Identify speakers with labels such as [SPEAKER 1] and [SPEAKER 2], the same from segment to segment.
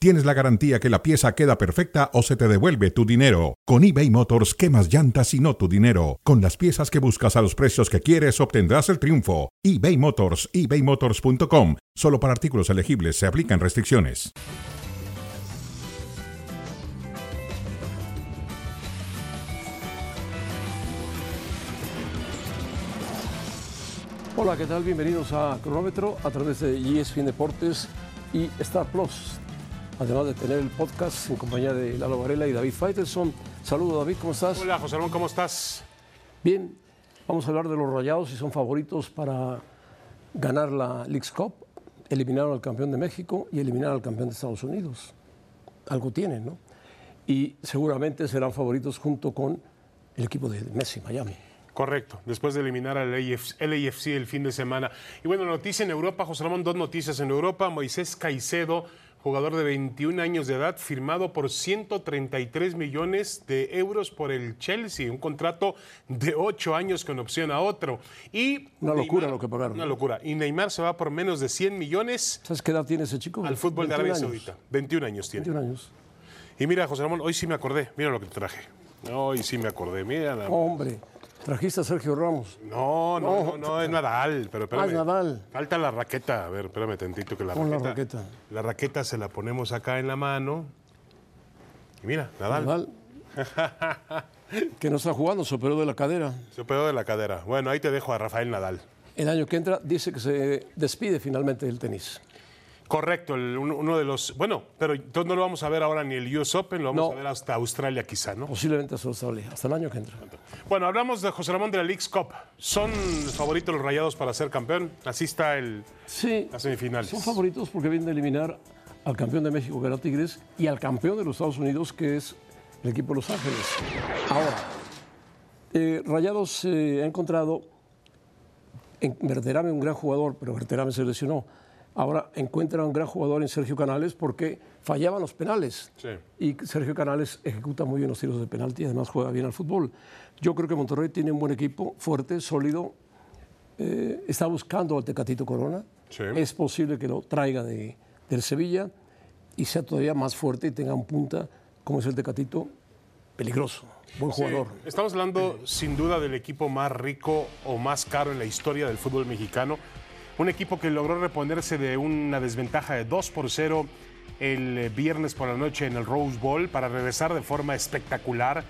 [SPEAKER 1] tienes la garantía que la pieza queda perfecta o se te devuelve tu dinero. Con eBay Motors, quemas llantas y no tu dinero. Con las piezas que buscas a los precios que quieres, obtendrás el triunfo. eBay Motors, ebaymotors.com. Solo para artículos elegibles se aplican restricciones.
[SPEAKER 2] Hola, ¿qué tal? Bienvenidos a Cronómetro a través de E ESPN Deportes y Star Plus. Además de tener el podcast en compañía de Lalo Varela y David Faitelson. Saludos, David, ¿cómo estás?
[SPEAKER 3] Hola, José Ramón, ¿cómo estás?
[SPEAKER 2] Bien, vamos a hablar de los rayados si son favoritos para ganar la League's Cup. Eliminaron al campeón de México y eliminaron al campeón de Estados Unidos. Algo tienen, ¿no? Y seguramente serán favoritos junto con el equipo de Messi, Miami.
[SPEAKER 3] Correcto, después de eliminar al LAFC el fin de semana. Y bueno, noticia en Europa, José Ramón, dos noticias en Europa. Moisés Caicedo jugador de 21 años de edad, firmado por 133 millones de euros por el Chelsea, un contrato de 8 años con opción a otro. Y
[SPEAKER 2] una Neymar, locura lo que pagaron.
[SPEAKER 3] Una locura. Y Neymar se va por menos de 100 millones.
[SPEAKER 2] ¿Sabes qué edad tiene ese chico?
[SPEAKER 3] Al fútbol de Arabia Saudita. 21 años tiene.
[SPEAKER 2] 21 años.
[SPEAKER 3] Y mira, José Ramón, hoy sí me acordé. Mira lo que te traje. Hoy sí me acordé. Mira. La...
[SPEAKER 2] Hombre. Trajiste a Sergio Ramos.
[SPEAKER 3] No, no, no, no es Nadal, pero espérame.
[SPEAKER 2] Ah, es Nadal.
[SPEAKER 3] Falta la raqueta, a ver, espérame tantito que la
[SPEAKER 2] Pon
[SPEAKER 3] raqueta.
[SPEAKER 2] la raqueta.
[SPEAKER 3] La raqueta se la ponemos acá en la mano. Y mira, Nadal.
[SPEAKER 2] Nadal. que no está jugando, se operó de la cadera.
[SPEAKER 3] Se operó de la cadera. Bueno, ahí te dejo a Rafael Nadal.
[SPEAKER 2] El año que entra dice que se despide finalmente del tenis.
[SPEAKER 3] Correcto, el, uno de los. Bueno, pero entonces no lo vamos a ver ahora ni el US Open, lo vamos no. a ver hasta Australia quizá, ¿no?
[SPEAKER 2] Posiblemente hasta Australia, hasta el año que entra.
[SPEAKER 3] Bueno, hablamos de José Ramón de la League's Cup. ¿Son favoritos los rayados para ser campeón? Así está el,
[SPEAKER 2] sí,
[SPEAKER 3] las semifinales.
[SPEAKER 2] Son favoritos porque vienen a eliminar al campeón de México, que era Tigres, y al campeón de los Estados Unidos, que es el equipo de Los Ángeles. Ahora, eh, Rayados eh, ha encontrado. En Verterame, un gran jugador, pero Verterame se lesionó ahora encuentra a un gran jugador en Sergio Canales porque fallaban los penales.
[SPEAKER 3] Sí.
[SPEAKER 2] Y Sergio Canales ejecuta muy bien los tiros de penalti y además juega bien al fútbol. Yo creo que Monterrey tiene un buen equipo, fuerte, sólido. Eh, está buscando al Tecatito Corona.
[SPEAKER 3] Sí.
[SPEAKER 2] Es posible que lo traiga de, del Sevilla y sea todavía más fuerte y tenga un punta como es el Tecatito. Peligroso, buen jugador.
[SPEAKER 3] Sí. Estamos hablando sin duda del equipo más rico o más caro en la historia del fútbol mexicano. Un equipo que logró reponerse de una desventaja de 2 por 0 el eh, viernes por la noche en el Rose Bowl para regresar de forma espectacular.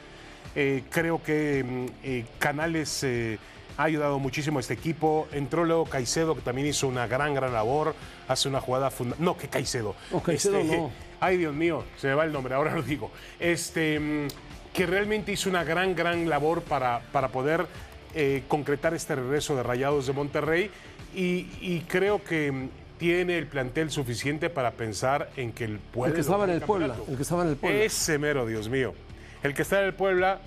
[SPEAKER 3] Eh, creo que eh, Canales eh, ha ayudado muchísimo a este equipo. Entró luego Caicedo, que también hizo una gran, gran labor. Hace una jugada fundamental. No, que Caicedo.
[SPEAKER 2] Oh, Caicedo
[SPEAKER 3] este,
[SPEAKER 2] no.
[SPEAKER 3] Ay, Dios mío, se me va el nombre, ahora lo digo. Este, que realmente hizo una gran, gran labor para, para poder concretar este regreso de Rayados de Monterrey. Y, y, creo que mm, tiene el plantel suficiente para pensar en que el Puebla.
[SPEAKER 2] El que estaba en el Puebla. El que estaba en el Puebla.
[SPEAKER 3] Ese mero, Dios mío. El que está en el Puebla,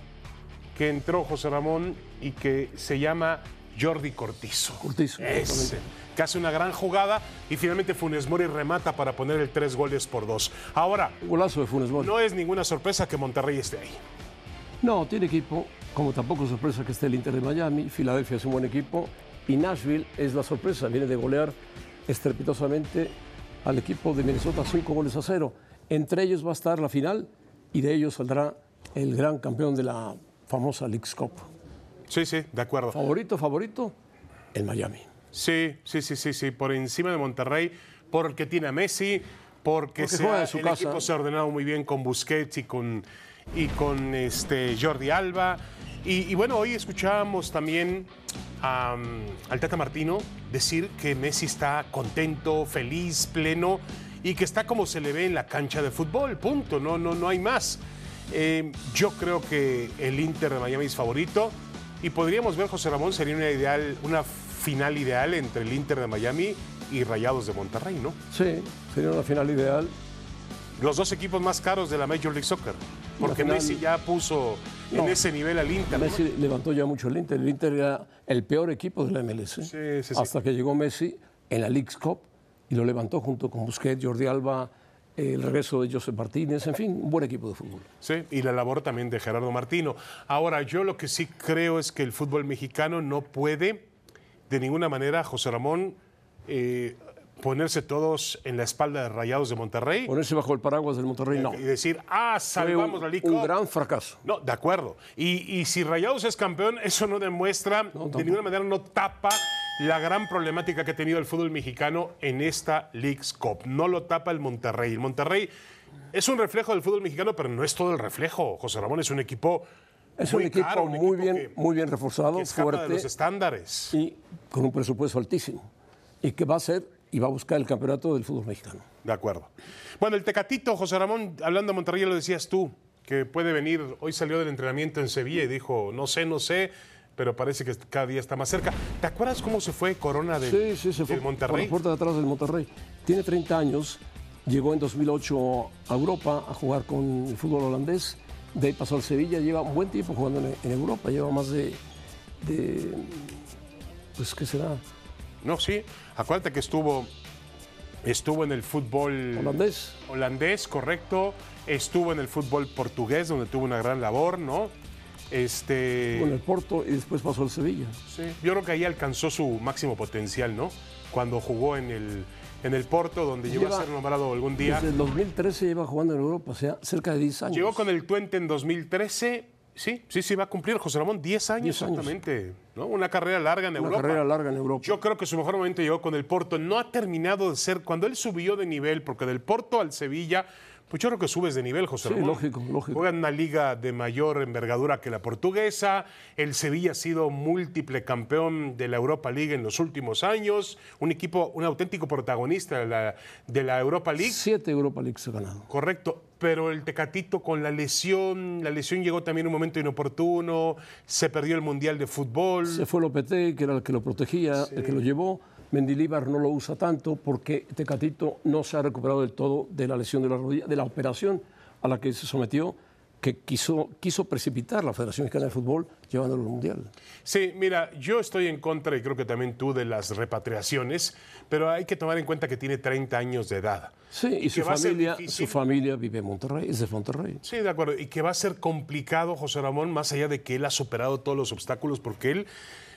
[SPEAKER 3] que entró José Ramón y que se llama Jordi Cortizo.
[SPEAKER 2] Cortizo.
[SPEAKER 3] Ese. Que hace una gran jugada y finalmente Funes Mori remata para poner el tres goles por dos. Ahora.
[SPEAKER 2] Un golazo de Funes Mori.
[SPEAKER 3] No es ninguna sorpresa que Monterrey esté ahí.
[SPEAKER 2] No, tiene equipo. Como tampoco es sorpresa que esté el Inter de Miami. Filadelfia es un buen equipo y Nashville es la sorpresa, viene de golear estrepitosamente al equipo de Minnesota 5 goles a 0. Entre ellos va a estar la final y de ellos saldrá el gran campeón de la famosa League's Cup.
[SPEAKER 3] Sí, sí, de acuerdo.
[SPEAKER 2] Favorito, favorito, el Miami.
[SPEAKER 3] Sí, sí, sí, sí, sí, por encima de Monterrey, porque tiene a Messi, porque,
[SPEAKER 2] Porque
[SPEAKER 3] se
[SPEAKER 2] juega
[SPEAKER 3] ha-
[SPEAKER 2] en su
[SPEAKER 3] el
[SPEAKER 2] casa.
[SPEAKER 3] equipo se ha ordenado muy bien con Busquets y con, y con este Jordi Alba. Y, y bueno, hoy escuchábamos también am, al Tata Martino decir que Messi está contento, feliz, pleno y que está como se le ve en la cancha de fútbol, punto, no, no, no hay más. Eh, yo creo que el Inter de Miami es favorito y podríamos ver, José Ramón, sería una, ideal, una final ideal entre el Inter de Miami y Rayados de Monterrey, ¿no?
[SPEAKER 2] Sí, sería una final ideal.
[SPEAKER 3] los dos equipos más caros de la Major League Soccer. Porque
[SPEAKER 2] final-
[SPEAKER 3] Messi ya puso en
[SPEAKER 2] No.
[SPEAKER 3] ese nivel al Inter. ¿no?
[SPEAKER 2] Messi levantó ya mucho el Inter. El Inter era el peor equipo de la MLS.
[SPEAKER 3] Sí, sí, sí.
[SPEAKER 2] Hasta que llegó Messi en la League's Cup y lo levantó junto con Busquets, Jordi Alba, el regreso de José Martínez, en fin, un buen equipo de fútbol.
[SPEAKER 3] Sí, y la labor también de Gerardo Martino. Ahora, yo lo que sí creo es que el fútbol mexicano no puede, de ninguna manera, José Ramón, eh, ponerse todos en la espalda de Rayados de Monterrey
[SPEAKER 2] Ponerse bajo el paraguas del Monterrey, no.
[SPEAKER 3] y decir, ah, salvamos
[SPEAKER 2] Fue un-
[SPEAKER 3] la Liga.
[SPEAKER 2] Un gran fracaso.
[SPEAKER 3] No, de acuerdo. Y, y si Rayados es campeón, eso no demuestra, de ninguna manera no tapa la gran problemática que ha tenido el fútbol mexicano en esta League's Cup. No lo tapa el Monterrey. El Monterrey es un reflejo del fútbol mexicano, pero no es todo el reflejo. José Ramón es un equipo
[SPEAKER 2] Es
[SPEAKER 3] muy
[SPEAKER 2] un equipo
[SPEAKER 3] caro, un
[SPEAKER 2] muy
[SPEAKER 3] equipo
[SPEAKER 2] bien,
[SPEAKER 3] que-
[SPEAKER 2] muy bien
[SPEAKER 3] que
[SPEAKER 2] reforzado,
[SPEAKER 3] escapa de
[SPEAKER 2] fuerte
[SPEAKER 3] los estándares.
[SPEAKER 2] y con un presupuesto altísimo. Y que va a ser y va a buscar el campeonato del fútbol mexicano.
[SPEAKER 3] De acuerdo. Bueno, el Tecatito, José Ramón, hablando de Monterrey, ya lo decías tú, que puede venir, hoy salió del entrenamiento en Sevilla y dijo, no sé, no sé, pero parece que cada día está más cerca. ¿Te acuerdas cómo se fue Corona del,
[SPEAKER 2] Sí, sí, se fue
[SPEAKER 3] del
[SPEAKER 2] por la
[SPEAKER 3] Monterrey?
[SPEAKER 2] puerta de atrás del Monterrey. Tiene 30 años, llegó en 2008 a Europa a jugar con el fútbol holandés, de ahí pasó al Sevilla, lleva un buen tiempo jugando en, en Europa, lleva más de, de, pues qué será,
[SPEAKER 3] No, sí. Acuérdate que estuvo, estuvo en el fútbol
[SPEAKER 2] holandés.
[SPEAKER 3] holandés, correcto. Estuvo en el fútbol portugués, donde tuvo una gran labor, ¿no? Este,
[SPEAKER 2] Con el Porto y después pasó al Sevilla.
[SPEAKER 3] Sí, Yo creo que ahí alcanzó su máximo potencial, ¿no? Cuando jugó en el, en el Porto, donde llegó
[SPEAKER 2] Lleva-
[SPEAKER 3] a ser nombrado algún día.
[SPEAKER 2] Desde el 2013 lleva jugando en Europa, o sea, cerca de 10 años.
[SPEAKER 3] Llegó con el Twente en 2013. Sí, sí, sí, va a cumplir José Ramón 10 años,
[SPEAKER 2] 10 años.
[SPEAKER 3] exactamente. ¿no? Una carrera larga en
[SPEAKER 2] una
[SPEAKER 3] Europa.
[SPEAKER 2] carrera larga en Europa.
[SPEAKER 3] Yo creo que su mejor momento llegó con el Porto. No ha terminado de ser. Cuando él subió de nivel, porque del Porto al Sevilla, pues yo creo que subes de nivel, José
[SPEAKER 2] Sí,
[SPEAKER 3] Ramón.
[SPEAKER 2] lógico, lógico.
[SPEAKER 3] Juega en una liga de mayor envergadura que la portuguesa. El Sevilla ha sido múltiple campeón de la Europa League en los últimos años. Un equipo, un auténtico protagonista de la, de la Europa League.
[SPEAKER 2] Siete Europa Leagues ha ganado.
[SPEAKER 3] Correcto, pero el Tecatito con la lesión, la lesión llegó también en un momento inoportuno, se perdió el Mundial de Fútbol.
[SPEAKER 2] Se fue Lopetegui, que era el que lo protegía, el que lo llevó. Mendilíbar no lo usa tanto porque Tecatito no se ha recuperado del todo de la lesión de la rodilla, de la operación a la que se sometió, que quiso, quiso precipitar la Federación Mexicana de Fútbol llevándolo al Mundial.
[SPEAKER 3] Sí, mira, yo estoy en contra y creo que también tú de las repatriaciones, pero hay que tomar en cuenta que tiene 30 años de edad.
[SPEAKER 2] Sí, y, su,
[SPEAKER 3] que va a ser
[SPEAKER 2] familia,
[SPEAKER 3] difícil.
[SPEAKER 2] su familia vive en Monterrey, es de Monterrey.
[SPEAKER 3] Sí, de acuerdo. Y que va a ser complicado, José Ramón, más allá de que él ha superado todos los obstáculos, porque él,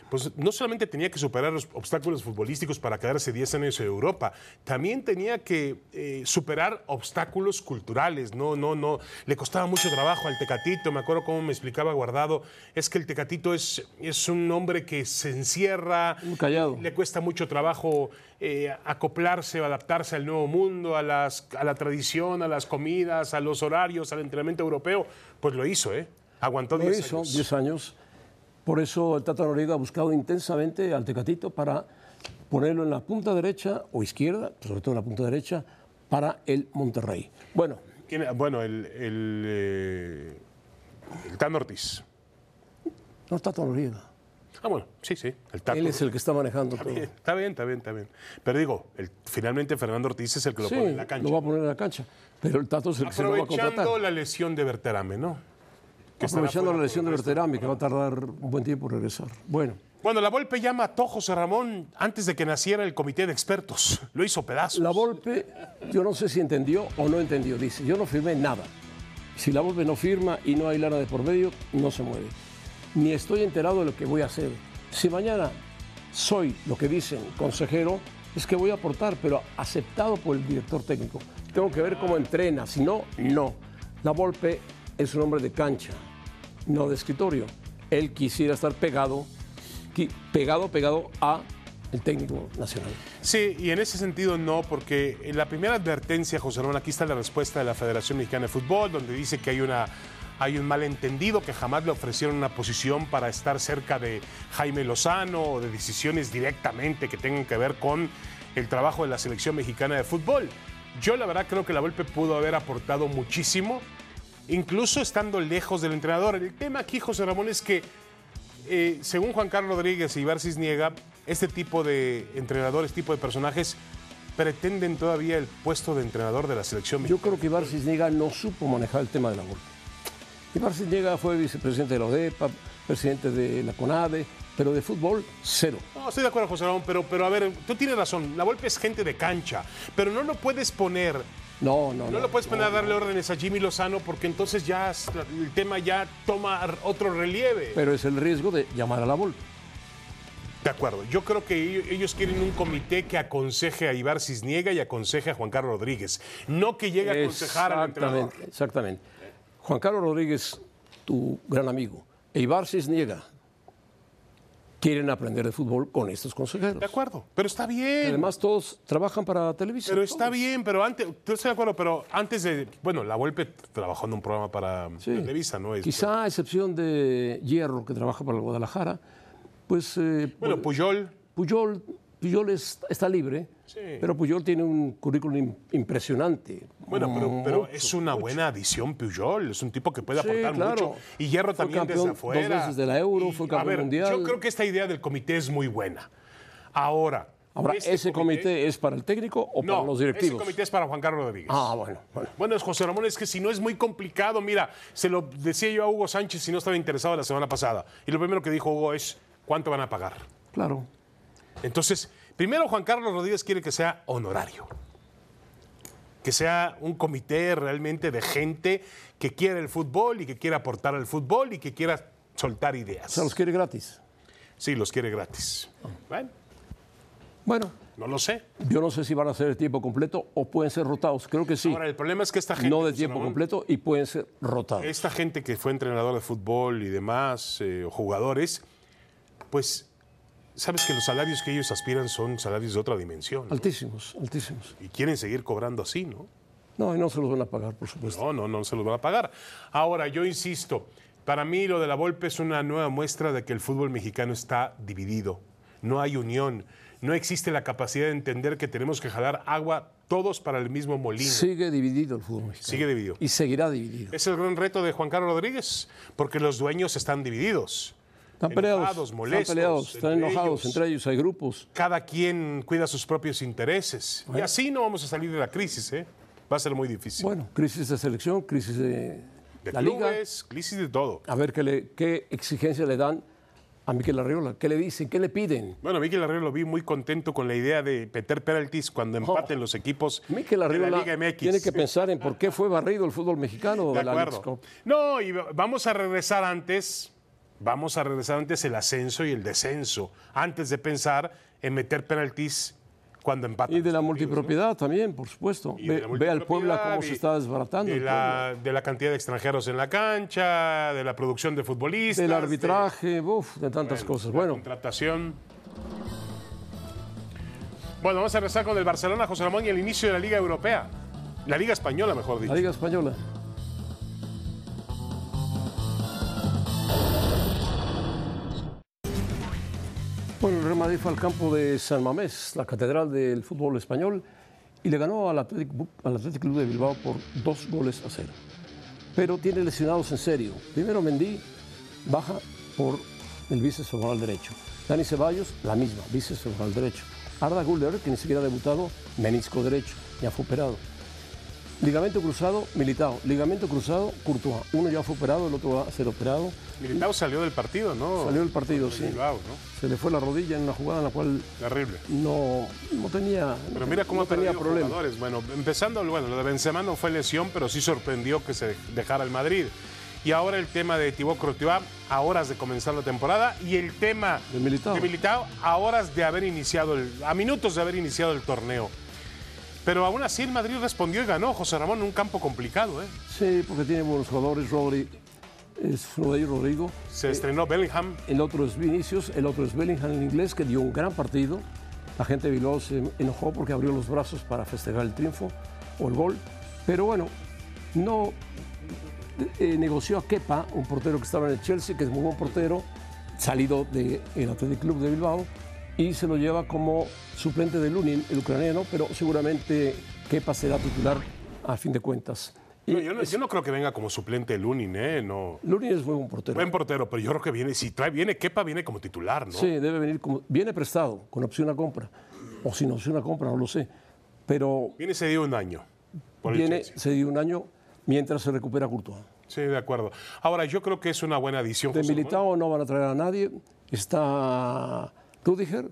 [SPEAKER 3] pues no solamente tenía que superar los obstáculos futbolísticos para quedarse 10 años en Europa, también tenía que eh, superar obstáculos culturales. No, no, no. Le costaba mucho trabajo al Tecatito. Me acuerdo cómo me explicaba Guardado. Es que el Tecatito es, es un hombre que se encierra.
[SPEAKER 2] Muy callado.
[SPEAKER 3] Le cuesta mucho trabajo eh, acoplarse o adaptarse al nuevo mundo, a, las, a la tradición, a las comidas, a los horarios, al entrenamiento europeo. Pues lo hizo, ¿eh? Aguantó
[SPEAKER 2] Lo
[SPEAKER 3] 10
[SPEAKER 2] hizo,
[SPEAKER 3] años.
[SPEAKER 2] 10 años. Por eso el Tata Noriega ha buscado intensamente al Tecatito para ponerlo en la punta derecha o izquierda, sobre todo en la punta derecha, para el Monterrey. Bueno,
[SPEAKER 3] ¿Quién- bueno, el, el, eh, el Tan Ortiz.
[SPEAKER 2] no es Tata Noriega.
[SPEAKER 3] Ah, bueno, sí, sí, el Tato.
[SPEAKER 2] Él es el que está manejando todo.
[SPEAKER 3] Bien, Está bien, está bien, está bien. Pero digo, el- finalmente Fernando Ortiz es el que lo
[SPEAKER 2] Sí,
[SPEAKER 3] pone en la cancha.
[SPEAKER 2] lo va a poner en la cancha. Pero el Tato es el que se lo va a contratar.
[SPEAKER 3] Aprovechando la lesión de Berterame, ¿no? Que estará
[SPEAKER 2] Aprovechando
[SPEAKER 3] fuera
[SPEAKER 2] la
[SPEAKER 3] por
[SPEAKER 2] lesión de
[SPEAKER 3] el resto
[SPEAKER 2] Berterame, que va a tardar un buen tiempo en regresar. Bueno,
[SPEAKER 3] Bueno, la Volpe llama a Tojo Ramón antes de que naciera el comité de expertos. Lo hizo pedazos.
[SPEAKER 2] la Volpe, yo no sé si entendió o no entendió. Dice, yo no firmé nada. Si la Volpe no firma y no hay lana de por medio, no se mueve. Ni estoy enterado de lo que voy a hacer. Si mañana soy lo que dicen consejero, es que voy a aportar, pero aceptado por el director técnico. Tengo que ver cómo entrena, si no, no. La Volpe es un hombre de cancha, no de escritorio. Él quisiera estar pegado, qui- pegado, pegado a el técnico nacional.
[SPEAKER 3] Sí, y en ese sentido no, porque en la primera advertencia, José Ramón, aquí está la respuesta de la Federación Mexicana de Fútbol, donde dice que hay una. Hay un malentendido que jamás le ofrecieron una posición para estar cerca de Jaime Lozano o de decisiones directamente que tengan que ver con el trabajo de la selección mexicana de fútbol. Yo la verdad creo que la Volpe pudo haber aportado muchísimo, incluso estando lejos del entrenador. El tema aquí, José Ramón, es que eh, según Juan Carlos Rodríguez y Barcis Niega, este tipo de entrenadores, tipo de personajes, pretenden todavía el puesto de entrenador de la selección
[SPEAKER 2] Yo
[SPEAKER 3] mexicana.
[SPEAKER 2] creo que Ibar Cisniega no supo manejar el tema del aborto. Ibar Cisniega fue vicepresidente de la ODEPA, presidente de la CONADE, pero de fútbol, cero.
[SPEAKER 3] No, estoy de acuerdo, José Ramón, pero, pero a ver, tú tienes razón. La Volpe es gente de cancha, pero no lo puedes poner.
[SPEAKER 2] No, no,
[SPEAKER 3] No lo puedes poner a darle órdenes a Jimmy Lozano porque entonces ya es- el tema ya toma r- otro relieve.
[SPEAKER 2] Pero es el riesgo de llamar a la Volpe.
[SPEAKER 3] De acuerdo. Yo creo que ello- ellos quieren un comité que aconseje a Ibar Cisniega y aconseje a Juan Carlos Rodríguez. No que llegue a aconsejar al entrenador.
[SPEAKER 2] Exactamente, exactamente. Juan Carlos Rodríguez, tu gran amigo, e Ibar Cisniega, quieren aprender de fútbol con estos consejeros.
[SPEAKER 3] De acuerdo. Pero está bien.
[SPEAKER 2] Además, todos trabajan para televisión.
[SPEAKER 3] Pero está
[SPEAKER 2] todos.
[SPEAKER 3] bien, pero antes, yo estoy de acuerdo, pero antes de, bueno, la Volpe trabajó en un programa para
[SPEAKER 2] Sí.
[SPEAKER 3] Televisa, ¿no? Este, es?
[SPEAKER 2] Quizá a excepción de Hierro, que trabaja para el Guadalajara, pues eh,
[SPEAKER 3] Bueno, Puyol,
[SPEAKER 2] Puyol, Puyol es- está libre,
[SPEAKER 3] Sí.
[SPEAKER 2] pero Puyol tiene un currículum im- impresionante.
[SPEAKER 3] bueno, pero, pero es una buena adición Puyol, es un tipo que puede
[SPEAKER 2] Sí,
[SPEAKER 3] aportar
[SPEAKER 2] claro.
[SPEAKER 3] mucho. Y
[SPEAKER 2] Fue
[SPEAKER 3] Hierro también
[SPEAKER 2] campeón
[SPEAKER 3] desde
[SPEAKER 2] dos
[SPEAKER 3] afuera.
[SPEAKER 2] veces de la Euro, fue
[SPEAKER 3] a ver,
[SPEAKER 2] campeón mundial.
[SPEAKER 3] Yo creo que esta idea del comité es muy buena. Ahora,
[SPEAKER 2] Ahora,
[SPEAKER 3] este
[SPEAKER 2] ¿ese comité, es para el técnico o
[SPEAKER 3] no,
[SPEAKER 2] para los
[SPEAKER 3] ese
[SPEAKER 2] directivos?
[SPEAKER 3] comité es para Juan Carlos Rodríguez.
[SPEAKER 2] Ah, bueno, bueno.
[SPEAKER 3] Bueno, es José Ramón, es que si no es muy complicado, mira, se lo decía yo a Hugo Sánchez si no estaba interesado la semana pasada. Y lo primero que dijo Hugo es, ¿cuánto van a pagar?
[SPEAKER 2] Claro.
[SPEAKER 3] Entonces, primero Juan Carlos Rodríguez quiere que sea honorario. Que sea un comité realmente de gente que quiera el fútbol y que quiera aportar al fútbol y que quiera soltar
[SPEAKER 2] O sea,
[SPEAKER 3] ideas.
[SPEAKER 2] los Oh. quiere gratis.
[SPEAKER 3] Sí, los quiere gratis. Bueno,
[SPEAKER 2] Bueno,
[SPEAKER 3] no lo sé.
[SPEAKER 2] yo no sé si van a ser de tiempo completo o pueden ser rotados. Creo que sí.
[SPEAKER 3] Ahora, el problema es que esta gente.
[SPEAKER 2] No de
[SPEAKER 3] José
[SPEAKER 2] tiempo
[SPEAKER 3] Ramón,
[SPEAKER 2] completo y pueden ser rotados.
[SPEAKER 3] Esta gente que fue entrenador de fútbol y demás, eh, jugadores, pues, sabes que los salarios que ellos aspiran son salarios de otra dimensión. ¿no?
[SPEAKER 2] Altísimos, altísimos.
[SPEAKER 3] Y quieren seguir cobrando así, ¿no?
[SPEAKER 2] No, y no se los van a pagar, por supuesto.
[SPEAKER 3] No, no, no se los van a pagar. Ahora, yo insisto, para mí lo de la Volpe es una nueva muestra de que el fútbol mexicano está dividido. No hay unión. No existe la capacidad de entender que tenemos que jalar agua todos para el mismo molino.
[SPEAKER 2] Sigue dividido el fútbol mexicano.
[SPEAKER 3] Sigue dividido.
[SPEAKER 2] Y seguirá dividido.
[SPEAKER 3] Es el gran reto de Juan Carlos Rodríguez, porque los dueños están divididos.
[SPEAKER 2] Están peleados.
[SPEAKER 3] Enojados, molestos,
[SPEAKER 2] están peleados, están
[SPEAKER 3] entre
[SPEAKER 2] enojados.
[SPEAKER 3] ellos.
[SPEAKER 2] Entre ellos hay grupos.
[SPEAKER 3] Cada quien cuida sus propios intereses. Y así no vamos a salir de la crisis, ¿eh? Va a ser muy difícil.
[SPEAKER 2] Bueno, crisis de selección, crisis de,
[SPEAKER 3] de
[SPEAKER 2] la liga.
[SPEAKER 3] clubes, crisis de todo.
[SPEAKER 2] A ver qué, le, qué exigencia le dan a Miquel Arriola. ¿Qué le dicen? ¿Qué le piden?
[SPEAKER 3] Bueno, Miquel Arriola lo vi muy contento con la idea de meter penaltis cuando empaten los equipos
[SPEAKER 2] Miquel
[SPEAKER 3] de la
[SPEAKER 2] Oh. Arriola
[SPEAKER 3] Liga MX.
[SPEAKER 2] tiene que pensar en por qué fue barrido el fútbol mexicano.
[SPEAKER 3] de
[SPEAKER 2] de la Leagues
[SPEAKER 3] acuerdo.
[SPEAKER 2] Cup.
[SPEAKER 3] No, y va- vamos a regresar antes, vamos a regresar antes el ascenso y el descenso, antes de pensar en meter penaltis cuando empatan.
[SPEAKER 2] Y de la
[SPEAKER 3] los partidos, ¿no?
[SPEAKER 2] multipropiedad también, por supuesto.
[SPEAKER 3] Y de
[SPEAKER 2] Ve,
[SPEAKER 3] la
[SPEAKER 2] ve al Puebla
[SPEAKER 3] multipropiedad
[SPEAKER 2] cómo
[SPEAKER 3] y
[SPEAKER 2] se está desbaratando.
[SPEAKER 3] De
[SPEAKER 2] el Puebla.
[SPEAKER 3] la, de la cantidad de extranjeros en la cancha, de la producción de futbolistas.
[SPEAKER 2] Del
[SPEAKER 3] de-
[SPEAKER 2] arbitraje, uf, de tantas cosas.
[SPEAKER 3] La
[SPEAKER 2] Bueno,
[SPEAKER 3] Contratación. Bueno, vamos a regresar con el Barcelona, José Ramón, y el inicio de la Liga Europea. La Liga Española, mejor dicho.
[SPEAKER 2] la Liga Española. Bueno, el Real Madrid fue al campo de San Mamés, la catedral del fútbol español, y le ganó al Athletic, Bu- al Athletic Club de Bilbao por dos goles a cero. Pero tiene lesionados en serio. Primero Mendy baja por el bíceps femoral derecho. Dani Ceballos, la misma, bíceps femoral derecho. Arda Güler, que ni siquiera ha debutado, menisco derecho, ya fue operado. Ligamento cruzado, Militao. Ligamento cruzado, Courtois. Uno ya fue operado, el otro va a ser operado.
[SPEAKER 3] Militao salió del partido, ¿no?
[SPEAKER 2] Salió el partido,
[SPEAKER 3] de
[SPEAKER 2] sí.
[SPEAKER 3] Bilbao, ¿no?
[SPEAKER 2] Se le fue la rodilla en una jugada en la cual
[SPEAKER 3] Terrible.
[SPEAKER 2] no, no tenía,
[SPEAKER 3] Pero mira cómo
[SPEAKER 2] no
[SPEAKER 3] ha perdido
[SPEAKER 2] tenía problema.
[SPEAKER 3] jugadores. Bueno, empezando, bueno, lo de Benzema no fue lesión, pero sí sorprendió que se dejara el Madrid. Y ahora el tema de Thibaut Courtois a horas de comenzar la temporada y el tema
[SPEAKER 2] De Militao.
[SPEAKER 3] de a horas de haber iniciado, el- a minutos de haber iniciado el torneo. Pero aún así el Madrid respondió y ganó, José Ramón, en un campo complicado. ¿eh?
[SPEAKER 2] Sí, porque tiene buenos jugadores. Rodri es uno de ellos, Rodrigo.
[SPEAKER 3] Se estrenó Bellingham,
[SPEAKER 2] El otro es Vinicius, el otro es Bellingham en inglés, que dio un gran partido. La gente de Bilbao se enojó porque abrió los brazos para festejar el triunfo o el gol. Pero bueno, no eh, negoció a Kepa, un portero que estaba en el Chelsea, que es muy buen portero, salido del Athletic Club de Bilbao, y se lo lleva como suplente de Lunin, el ucraniano, pero seguramente Kepa será titular a fin de cuentas. Y
[SPEAKER 3] No, yo, no, yo no creo que venga como suplente Lunin, ¿eh? No.
[SPEAKER 2] Lunin es muy buen portero.
[SPEAKER 3] Buen portero, pero yo creo que viene, si trae, viene Kepa, viene como titular, ¿no?
[SPEAKER 2] Sí, debe venir como. Viene prestado, con opción a compra. O sin opción a compra, no lo sé. Pero
[SPEAKER 3] Viene cedido un año. por el
[SPEAKER 2] viene
[SPEAKER 3] Chelsea.
[SPEAKER 2] cedido un año mientras se recupera Courtois.
[SPEAKER 3] Sí, de acuerdo. Ahora, yo creo que es una buena adición.
[SPEAKER 2] De
[SPEAKER 3] José Ramón.
[SPEAKER 2] Militao no van a traer a nadie. Está Rudiger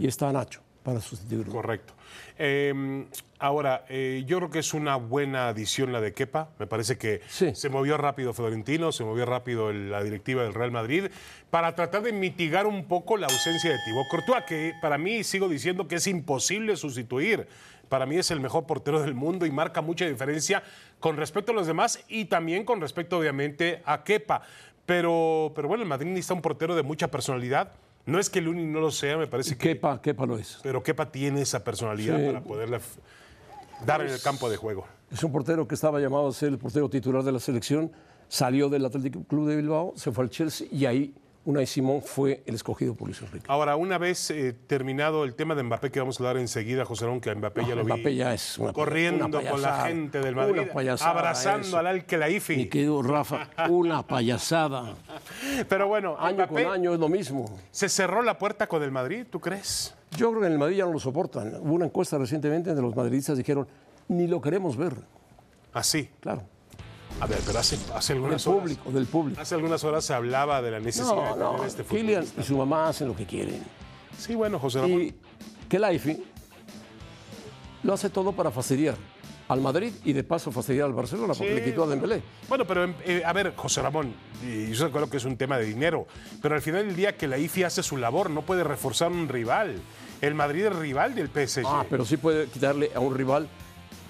[SPEAKER 2] y está Nacho para sustituirlo.
[SPEAKER 3] Correcto. Eh, ahora, eh, yo creo que es una buena adición la de Kepa. Me parece que
[SPEAKER 2] Sí.
[SPEAKER 3] se movió rápido Florentino, se movió rápido el- la directiva del Real Madrid para tratar de mitigar un poco la ausencia de Thibaut Courtois, que para mí sigo diciendo que es imposible sustituir. Para mí es el mejor portero del mundo y marca mucha diferencia con respecto a los demás y también con respecto, obviamente, a Kepa. Pero, pero bueno, el Madrid necesita un portero de mucha personalidad. No es que Luni no lo sea, me parece que
[SPEAKER 2] Kepa, Kepa lo es.
[SPEAKER 3] pero Kepa tiene esa personalidad
[SPEAKER 2] Sí.
[SPEAKER 3] para poderla f- dar en el campo de juego.
[SPEAKER 2] Es un portero que estaba llamado a ser el portero titular de la selección, salió del Atlético Club de Bilbao, se fue al Chelsea y ahí Unai Simón fue el escogido por Luis Enrique.
[SPEAKER 3] Ahora, una vez eh, terminado el tema de Mbappé, que vamos a dar enseguida, José Ramón, que a Mbappé ya lo vi
[SPEAKER 2] Mbappé ya es una-
[SPEAKER 3] corriendo
[SPEAKER 2] una
[SPEAKER 3] con la
[SPEAKER 2] payasada,
[SPEAKER 3] gente del Madrid,
[SPEAKER 2] una payasada
[SPEAKER 3] abrazando
[SPEAKER 2] eso.
[SPEAKER 3] al Al-Khelaifi.
[SPEAKER 2] Mi querido Rafa, una payasada.
[SPEAKER 3] Pero bueno,
[SPEAKER 2] Año
[SPEAKER 3] Mbappé,
[SPEAKER 2] con año es lo mismo.
[SPEAKER 3] ¿se cerró la puerta con el Madrid, tú crees?
[SPEAKER 2] Yo creo que en el Madrid ya no lo soportan. Hubo una encuesta recientemente donde los madridistas dijeron, ni lo queremos ver.
[SPEAKER 3] Así.
[SPEAKER 2] Claro,
[SPEAKER 3] A ver, pero hace, hace
[SPEAKER 2] del
[SPEAKER 3] algunas horas...
[SPEAKER 2] público, del público.
[SPEAKER 3] Hace algunas horas se hablaba de la necesidad
[SPEAKER 2] No,
[SPEAKER 3] de tener
[SPEAKER 2] no,
[SPEAKER 3] este
[SPEAKER 2] Kylian
[SPEAKER 3] fútbol.
[SPEAKER 2] y su mamá hacen lo que quieren.
[SPEAKER 3] Sí, bueno, José Ramón.
[SPEAKER 2] Y que Laifi lo hace todo para fastidiar al Madrid y de paso fastidiar al Barcelona porque
[SPEAKER 3] Sí.
[SPEAKER 2] le quitó a Dembélé.
[SPEAKER 3] Bueno, pero eh, a ver, José Ramón, y yo recuerdo que es un tema de dinero, pero al final del día que la IFI hace su labor, no puede reforzar un rival. El Madrid es rival del PSG.
[SPEAKER 2] Ah, pero sí puede quitarle a un rival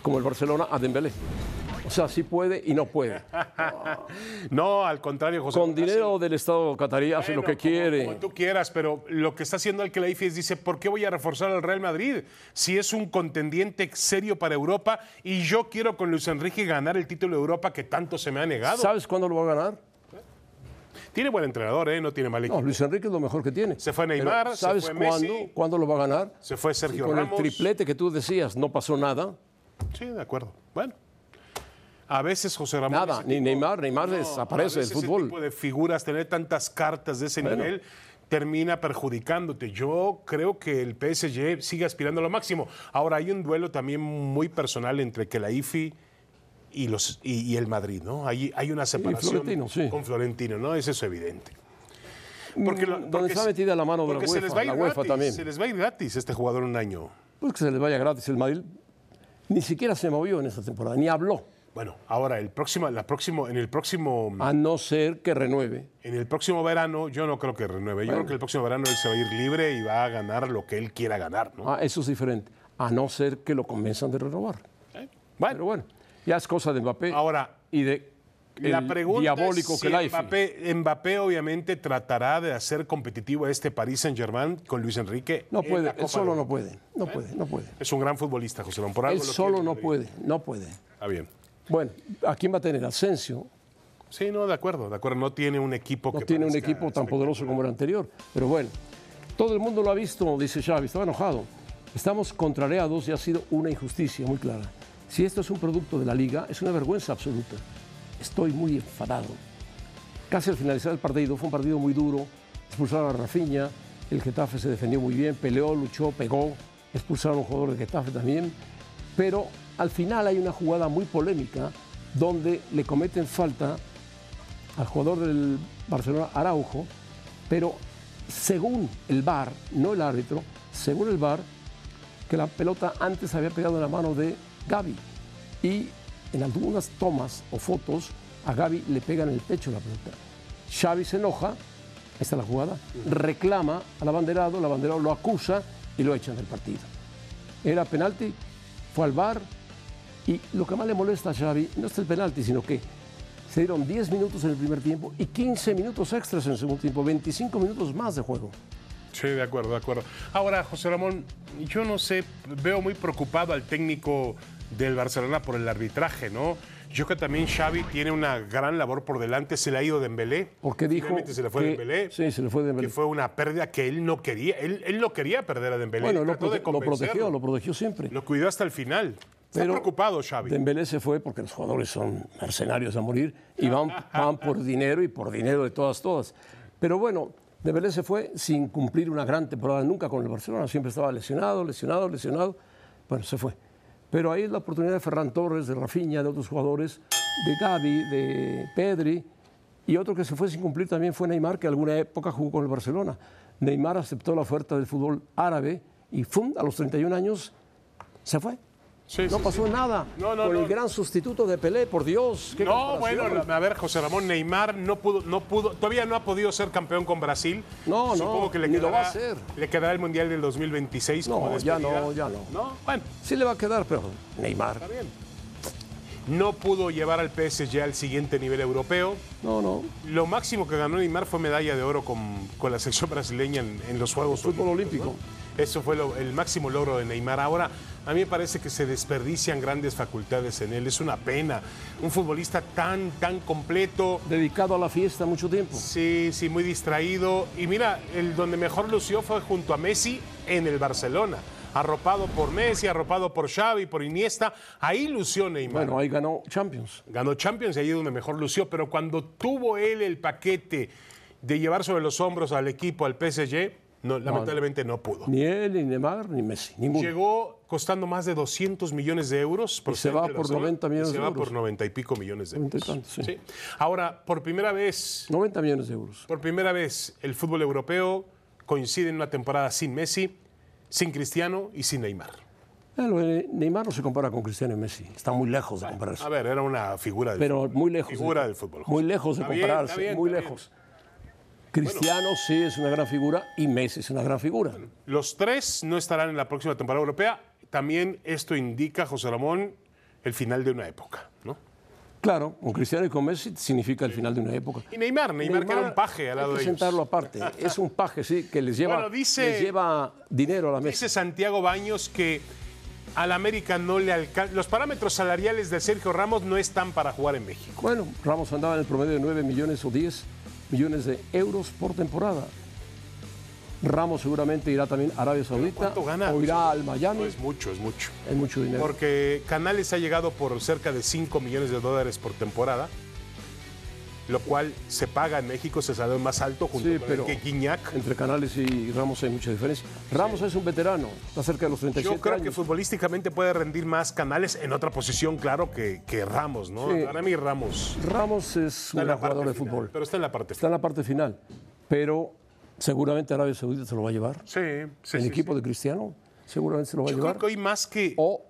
[SPEAKER 2] como el Barcelona a Dembélé. O sea, sí puede y no puede.
[SPEAKER 3] No, al contrario, José
[SPEAKER 2] Con
[SPEAKER 3] Ramón,
[SPEAKER 2] dinero del Estado catarí hace lo
[SPEAKER 3] Bueno,
[SPEAKER 2] que
[SPEAKER 3] como-
[SPEAKER 2] quiere.
[SPEAKER 3] Como, tú quieras, pero lo que está haciendo el Khelaifi es dice, ¿por qué voy a reforzar al Real Madrid? Si es un contendiente serio para Europa y yo quiero con Luis Enrique ganar el título de Europa que tanto se me ha negado.
[SPEAKER 2] ¿Sabes cuándo lo va a ganar?
[SPEAKER 3] Tiene buen entrenador, ¿eh? no tiene mal equipo.
[SPEAKER 2] No, Luis Enrique es lo mejor que tiene.
[SPEAKER 3] Se fue
[SPEAKER 2] Pero
[SPEAKER 3] Neymar, se
[SPEAKER 2] ¿Sabes
[SPEAKER 3] fue
[SPEAKER 2] cuándo,
[SPEAKER 3] Messi.
[SPEAKER 2] cuándo lo va a ganar?
[SPEAKER 3] Se fue
[SPEAKER 2] Si
[SPEAKER 3] Sergio
[SPEAKER 2] con
[SPEAKER 3] Ramos.
[SPEAKER 2] el triplete que tú decías no pasó nada.
[SPEAKER 3] Sí, de acuerdo. Bueno. A veces José Ramón.
[SPEAKER 2] Nada,
[SPEAKER 3] ese
[SPEAKER 2] ni
[SPEAKER 3] tipo-
[SPEAKER 2] Neymar, Neymar
[SPEAKER 3] No,
[SPEAKER 2] desaparece
[SPEAKER 3] a
[SPEAKER 2] del
[SPEAKER 3] veces ese
[SPEAKER 2] fútbol.
[SPEAKER 3] tipo de figuras, tener tantas cartas de ese nivel, termina perjudicándote. Yo creo que el PSG sigue aspirando a lo máximo. Ahora hay un duelo también muy personal entre que la IFI y, los, y, y el Madrid, ¿no? Hay, hay una separación
[SPEAKER 2] Florentino, sí. Mm,
[SPEAKER 3] con Florentino, ¿no? Es eso evidente. Porque, lo-
[SPEAKER 2] Donde
[SPEAKER 3] porque
[SPEAKER 2] está
[SPEAKER 3] se-
[SPEAKER 2] metida la mano de la
[SPEAKER 3] porque se les
[SPEAKER 2] UEFA,
[SPEAKER 3] va a ir
[SPEAKER 2] la UEFA
[SPEAKER 3] gratis,
[SPEAKER 2] también.
[SPEAKER 3] Se les va a ir gratis este jugador un año.
[SPEAKER 2] Pues que se les vaya gratis el Madrid. Ni siquiera se movió en esta temporada, ni habló,
[SPEAKER 3] Bueno, ahora el próximo, la próximo, en el próximo
[SPEAKER 2] a no ser que renueve.
[SPEAKER 3] En el próximo verano, yo no creo que renueve. Yo creo que el próximo verano él se va a ir libre y va a ganar lo que él quiera ganar, ¿no?
[SPEAKER 2] Ah, eso es diferente, a no ser que lo convenzan de renovar. Pero
[SPEAKER 3] Bueno,
[SPEAKER 2] bueno, ya es cosa de Mbappé
[SPEAKER 3] ahora,
[SPEAKER 2] y de
[SPEAKER 3] la
[SPEAKER 2] el
[SPEAKER 3] pregunta
[SPEAKER 2] diabólico
[SPEAKER 3] es si
[SPEAKER 2] que
[SPEAKER 3] Mbappé, Mbappé obviamente tratará de hacer competitivo a este Paris Saint-Germain con Luis Enrique.
[SPEAKER 2] No
[SPEAKER 3] en la
[SPEAKER 2] puede,
[SPEAKER 3] Copa
[SPEAKER 2] él solo
[SPEAKER 3] del-
[SPEAKER 2] no puede, no puede, no puede.
[SPEAKER 3] Es un gran futbolista, José Ramón. Por algo
[SPEAKER 2] Él
[SPEAKER 3] lo
[SPEAKER 2] solo
[SPEAKER 3] quiere
[SPEAKER 2] no
[SPEAKER 3] Madrid.
[SPEAKER 2] puede, no puede.
[SPEAKER 3] Está bien.
[SPEAKER 2] Bueno, ¿a quién va a tener? Asensio.
[SPEAKER 3] Sí, no, de acuerdo, de acuerdo. No tiene un equipo
[SPEAKER 2] No
[SPEAKER 3] que
[SPEAKER 2] tiene un
[SPEAKER 3] parezca
[SPEAKER 2] equipo tan
[SPEAKER 3] espectacular.
[SPEAKER 2] poderoso como el anterior. Pero bueno, todo el mundo lo ha visto, dice Xavi, estaba enojado. Estamos contrariados y ha sido una injusticia muy clara. Si esto es un producto de la liga, es una vergüenza absoluta. Estoy muy enfadado. Casi al finalizar el partido, fue un partido muy duro. Expulsaron a Rafinha, el Getafe se defendió muy bien, peleó, luchó, pegó. Expulsaron a un jugador del Getafe también. Pero al final hay una jugada muy polémica donde le cometen falta al jugador del Barcelona Araujo, pero según el VAR, no el árbitro, según el VAR, que la pelota antes había pegado en la mano de Gaby. Y en algunas tomas o fotos a Gaby le pega en el pecho la pelota. Xavi se enoja, ahí está la jugada, reclama al abanderado, el abanderado lo acusa y lo echan del partido. Era penalti, fue al VAR y lo que más le molesta a Xavi no es el penalti, sino que se dieron 10 minutos en el primer tiempo y 15 minutos extras en el segundo tiempo, 25 minutos más de juego.
[SPEAKER 3] Sí, de acuerdo, de acuerdo. Ahora, José Ramón, yo no sé, veo muy preocupado al técnico del Barcelona por el arbitraje, ¿no? Yo creo que también Xavi tiene una gran labor por delante, se le ha ido Dembélé.
[SPEAKER 2] Porque dijo
[SPEAKER 3] Finalmente se le fue
[SPEAKER 2] que-
[SPEAKER 3] Dembélé.
[SPEAKER 2] Sí, se le fue Dembélé.
[SPEAKER 3] Que fue una pérdida que él no quería, él, él no quería perder a Dembélé.
[SPEAKER 2] Bueno, lo,
[SPEAKER 3] trató de
[SPEAKER 2] prote- lo protegió,
[SPEAKER 3] convencerlo.
[SPEAKER 2] lo protegió siempre.
[SPEAKER 3] Lo cuidó hasta el final. Está
[SPEAKER 2] Pero
[SPEAKER 3] preocupado Xavi.
[SPEAKER 2] Dembélé se fue porque los jugadores son mercenarios a morir y van, van por dinero y por dinero de todas, todas. Pero bueno, Dembélé se fue sin cumplir una gran temporada nunca con el Barcelona. Siempre estaba lesionado, lesionado, lesionado. Bueno, se fue. Pero ahí es la oportunidad de Ferran Torres, de Rafinha, de otros jugadores, de Gaby, de Pedri. Y otro que se fue sin cumplir también fue Neymar, que alguna época jugó con el Barcelona. Neymar aceptó la oferta del fútbol árabe y ¡fum! a los 31 años se fue.
[SPEAKER 3] Sí,
[SPEAKER 2] no
[SPEAKER 3] sí,
[SPEAKER 2] pasó
[SPEAKER 3] sí.
[SPEAKER 2] nada.
[SPEAKER 3] No, no,
[SPEAKER 2] Con el
[SPEAKER 3] no.
[SPEAKER 2] gran sustituto de Pelé, por Dios. qué
[SPEAKER 3] No, bueno,
[SPEAKER 2] comparación.
[SPEAKER 3] a ver, José Ramón Neymar no pudo, no pudo, todavía no ha podido ser campeón con Brasil.
[SPEAKER 2] No, no,
[SPEAKER 3] Supongo que le
[SPEAKER 2] ni
[SPEAKER 3] quedará,
[SPEAKER 2] lo va a hacer.
[SPEAKER 3] Le quedará el Mundial del 2026
[SPEAKER 2] No,
[SPEAKER 3] como
[SPEAKER 2] ya
[SPEAKER 3] despedida.
[SPEAKER 2] no, ya no.
[SPEAKER 3] No, bueno,
[SPEAKER 2] Sí le va a quedar, pero Neymar.
[SPEAKER 3] está bien. No pudo llevar al PSG al siguiente nivel europeo.
[SPEAKER 2] No, no.
[SPEAKER 3] Lo máximo que ganó Neymar fue medalla de oro con, con la selección brasileña en, en los Juegos
[SPEAKER 2] Fútbol
[SPEAKER 3] Olímpicos.
[SPEAKER 2] olímpico.
[SPEAKER 3] Eso fue lo- el máximo logro de Neymar. Ahora, a mí me parece que se desperdician grandes facultades en él. Es una pena. Un futbolista tan, tan completo.
[SPEAKER 2] Dedicado a la fiesta mucho tiempo.
[SPEAKER 3] Sí, sí, muy distraído. Y mira, el donde mejor lució fue junto a Messi en el Barcelona. Arropado por Messi, arropado por Xavi, por Iniesta. Ahí lució Neymar.
[SPEAKER 2] Bueno, ahí ganó Champions.
[SPEAKER 3] Ganó Champions y ahí es donde mejor lució. Pero cuando tuvo él el paquete de llevar sobre los hombros al equipo, al PSG, no, lamentablemente no pudo.
[SPEAKER 2] Ni él, ni Neymar, ni Messi. Ninguno.
[SPEAKER 3] Llegó costando más de 200 millones de euros. Por
[SPEAKER 2] se
[SPEAKER 3] ser
[SPEAKER 2] va
[SPEAKER 3] del
[SPEAKER 2] por
[SPEAKER 3] Barcelona,
[SPEAKER 2] 90 millones
[SPEAKER 3] y se
[SPEAKER 2] de
[SPEAKER 3] va
[SPEAKER 2] euros.
[SPEAKER 3] por 90 y pico millones de euros.
[SPEAKER 2] 90 y tantos, sí.
[SPEAKER 3] Sí. Ahora, por primera vez
[SPEAKER 2] 90 millones de euros.
[SPEAKER 3] por primera vez, el fútbol europeo coincide en una temporada sin Messi, sin Cristiano y sin Neymar.
[SPEAKER 2] Eh, lo de Neymar no se compara con Cristiano y Messi. Está muy lejos de compararse.
[SPEAKER 3] A ver, era una figura del
[SPEAKER 2] Pero
[SPEAKER 3] fútbol.
[SPEAKER 2] muy lejos. de-
[SPEAKER 3] Figura del fútbol.
[SPEAKER 2] Muy lejos de
[SPEAKER 3] Está bien,
[SPEAKER 2] compararse.
[SPEAKER 3] está bien,
[SPEAKER 2] muy
[SPEAKER 3] está bien.
[SPEAKER 2] lejos. Cristiano sí es una gran figura y Messi es una gran figura.
[SPEAKER 3] Los tres no estarán en la próxima temporada europea. También esto indica, José Ramón, el final de una época, ¿no?
[SPEAKER 2] Claro, con Cristiano y con Messi significa el final de una época.
[SPEAKER 3] Y Neymar, Neymar, que era un paje al lado
[SPEAKER 2] hay
[SPEAKER 3] de
[SPEAKER 2] que
[SPEAKER 3] ellos.
[SPEAKER 2] sentarlo aparte. Es un paje, sí, que les lleva,
[SPEAKER 3] Bueno, dice-
[SPEAKER 2] les lleva dinero a la mesa.
[SPEAKER 3] Dice Santiago Baños que al América no le alcanza. Los parámetros salariales de Sergio Ramos no están para jugar en México.
[SPEAKER 2] Bueno, Ramos andaba en el promedio de 9 millones o 10 millones de euros por temporada. Ramos seguramente irá también a Arabia Saudita
[SPEAKER 3] ¿Cuánto gana? Pues,
[SPEAKER 2] o irá al
[SPEAKER 3] No,
[SPEAKER 2] Miami.
[SPEAKER 3] es mucho, es mucho.
[SPEAKER 2] Es mucho dinero.
[SPEAKER 3] Porque Canales ha llegado por cerca de 5 millones de dólares por temporada, lo cual se paga en México, se salió más alto junto
[SPEAKER 2] Sí,
[SPEAKER 3] con
[SPEAKER 2] pero-
[SPEAKER 3] el que Guiñac.
[SPEAKER 2] Entre Canales y Ramos hay mucha diferencia. Ramos es un veterano, está cerca de los 37
[SPEAKER 3] Yo creo que
[SPEAKER 2] años.
[SPEAKER 3] futbolísticamente puede rendir más Canales en otra posición, claro, que, que Ramos, ¿no?
[SPEAKER 2] Sí.
[SPEAKER 3] Para mí Ramos
[SPEAKER 2] Ramos es
[SPEAKER 3] está
[SPEAKER 2] un
[SPEAKER 3] en
[SPEAKER 2] gran
[SPEAKER 3] la parte
[SPEAKER 2] jugador de
[SPEAKER 3] final,
[SPEAKER 2] fútbol.
[SPEAKER 3] Pero está en la parte
[SPEAKER 2] Está en la parte final, pero seguramente Arabia Saudita se lo va a llevar.
[SPEAKER 3] final. Sí, sí,
[SPEAKER 2] el
[SPEAKER 3] sí,
[SPEAKER 2] equipo de Cristiano seguramente se lo va
[SPEAKER 3] sí.
[SPEAKER 2] a
[SPEAKER 3] Yo
[SPEAKER 2] llevar.
[SPEAKER 3] creo que hoy más que,
[SPEAKER 2] O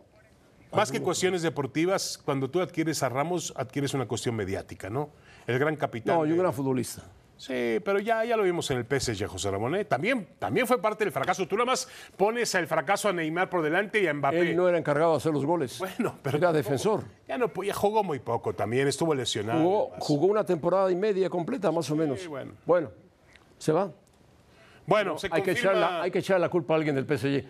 [SPEAKER 3] más
[SPEAKER 2] Oh,
[SPEAKER 3] que cuestiones deportivas, cuando tú adquieres a Ramos, adquieres una cuestión mediática, ¿no? El gran capitán.
[SPEAKER 2] no, y un
[SPEAKER 3] de-
[SPEAKER 2] gran futbolista.
[SPEAKER 3] Sí, pero ya, ya lo vimos en el PSG, José Ramón. ¿eh? También, también fue parte del fracaso. Tú nada más pones el fracaso a Neymar por delante y a Mbappé.
[SPEAKER 2] Él no era encargado de hacer los goles.
[SPEAKER 3] Bueno, pero
[SPEAKER 2] era
[SPEAKER 3] tampoco-
[SPEAKER 2] defensor.
[SPEAKER 3] Ya no podía, jugó muy poco también, estuvo lesionado.
[SPEAKER 2] Jugó, jugó una temporada y media completa, más o menos.
[SPEAKER 3] bueno.
[SPEAKER 2] se va.
[SPEAKER 3] Bueno, se
[SPEAKER 2] Hay que, echar
[SPEAKER 3] confirma
[SPEAKER 2] la, hay que echar la culpa a alguien del PSG.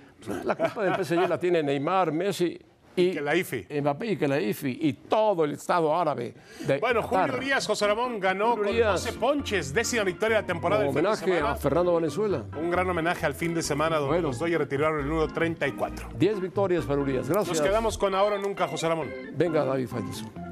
[SPEAKER 2] La culpa del PSG la tiene Neymar, Messi y
[SPEAKER 3] que la IFI.
[SPEAKER 2] Mbappé y que la IFI y todo el Estado árabe de
[SPEAKER 3] Bueno,
[SPEAKER 2] Qatar.
[SPEAKER 3] Julio Urias, José Ramón ganó
[SPEAKER 2] Julio
[SPEAKER 3] con
[SPEAKER 2] Urias.
[SPEAKER 3] 12 ponches, décima victoria de la temporada
[SPEAKER 2] Como
[SPEAKER 3] del fin de
[SPEAKER 2] homenaje
[SPEAKER 3] semana.
[SPEAKER 2] a Fernando Valenzuela.
[SPEAKER 3] Un gran homenaje al fin de semana donde
[SPEAKER 2] Bueno.
[SPEAKER 3] los Dodgers retiraron el 1.34.
[SPEAKER 2] 10 victorias para Urias.
[SPEAKER 3] Nos
[SPEAKER 2] Gracias.
[SPEAKER 3] quedamos con ahora o nunca, José Ramón.
[SPEAKER 2] Venga, David Faitelson.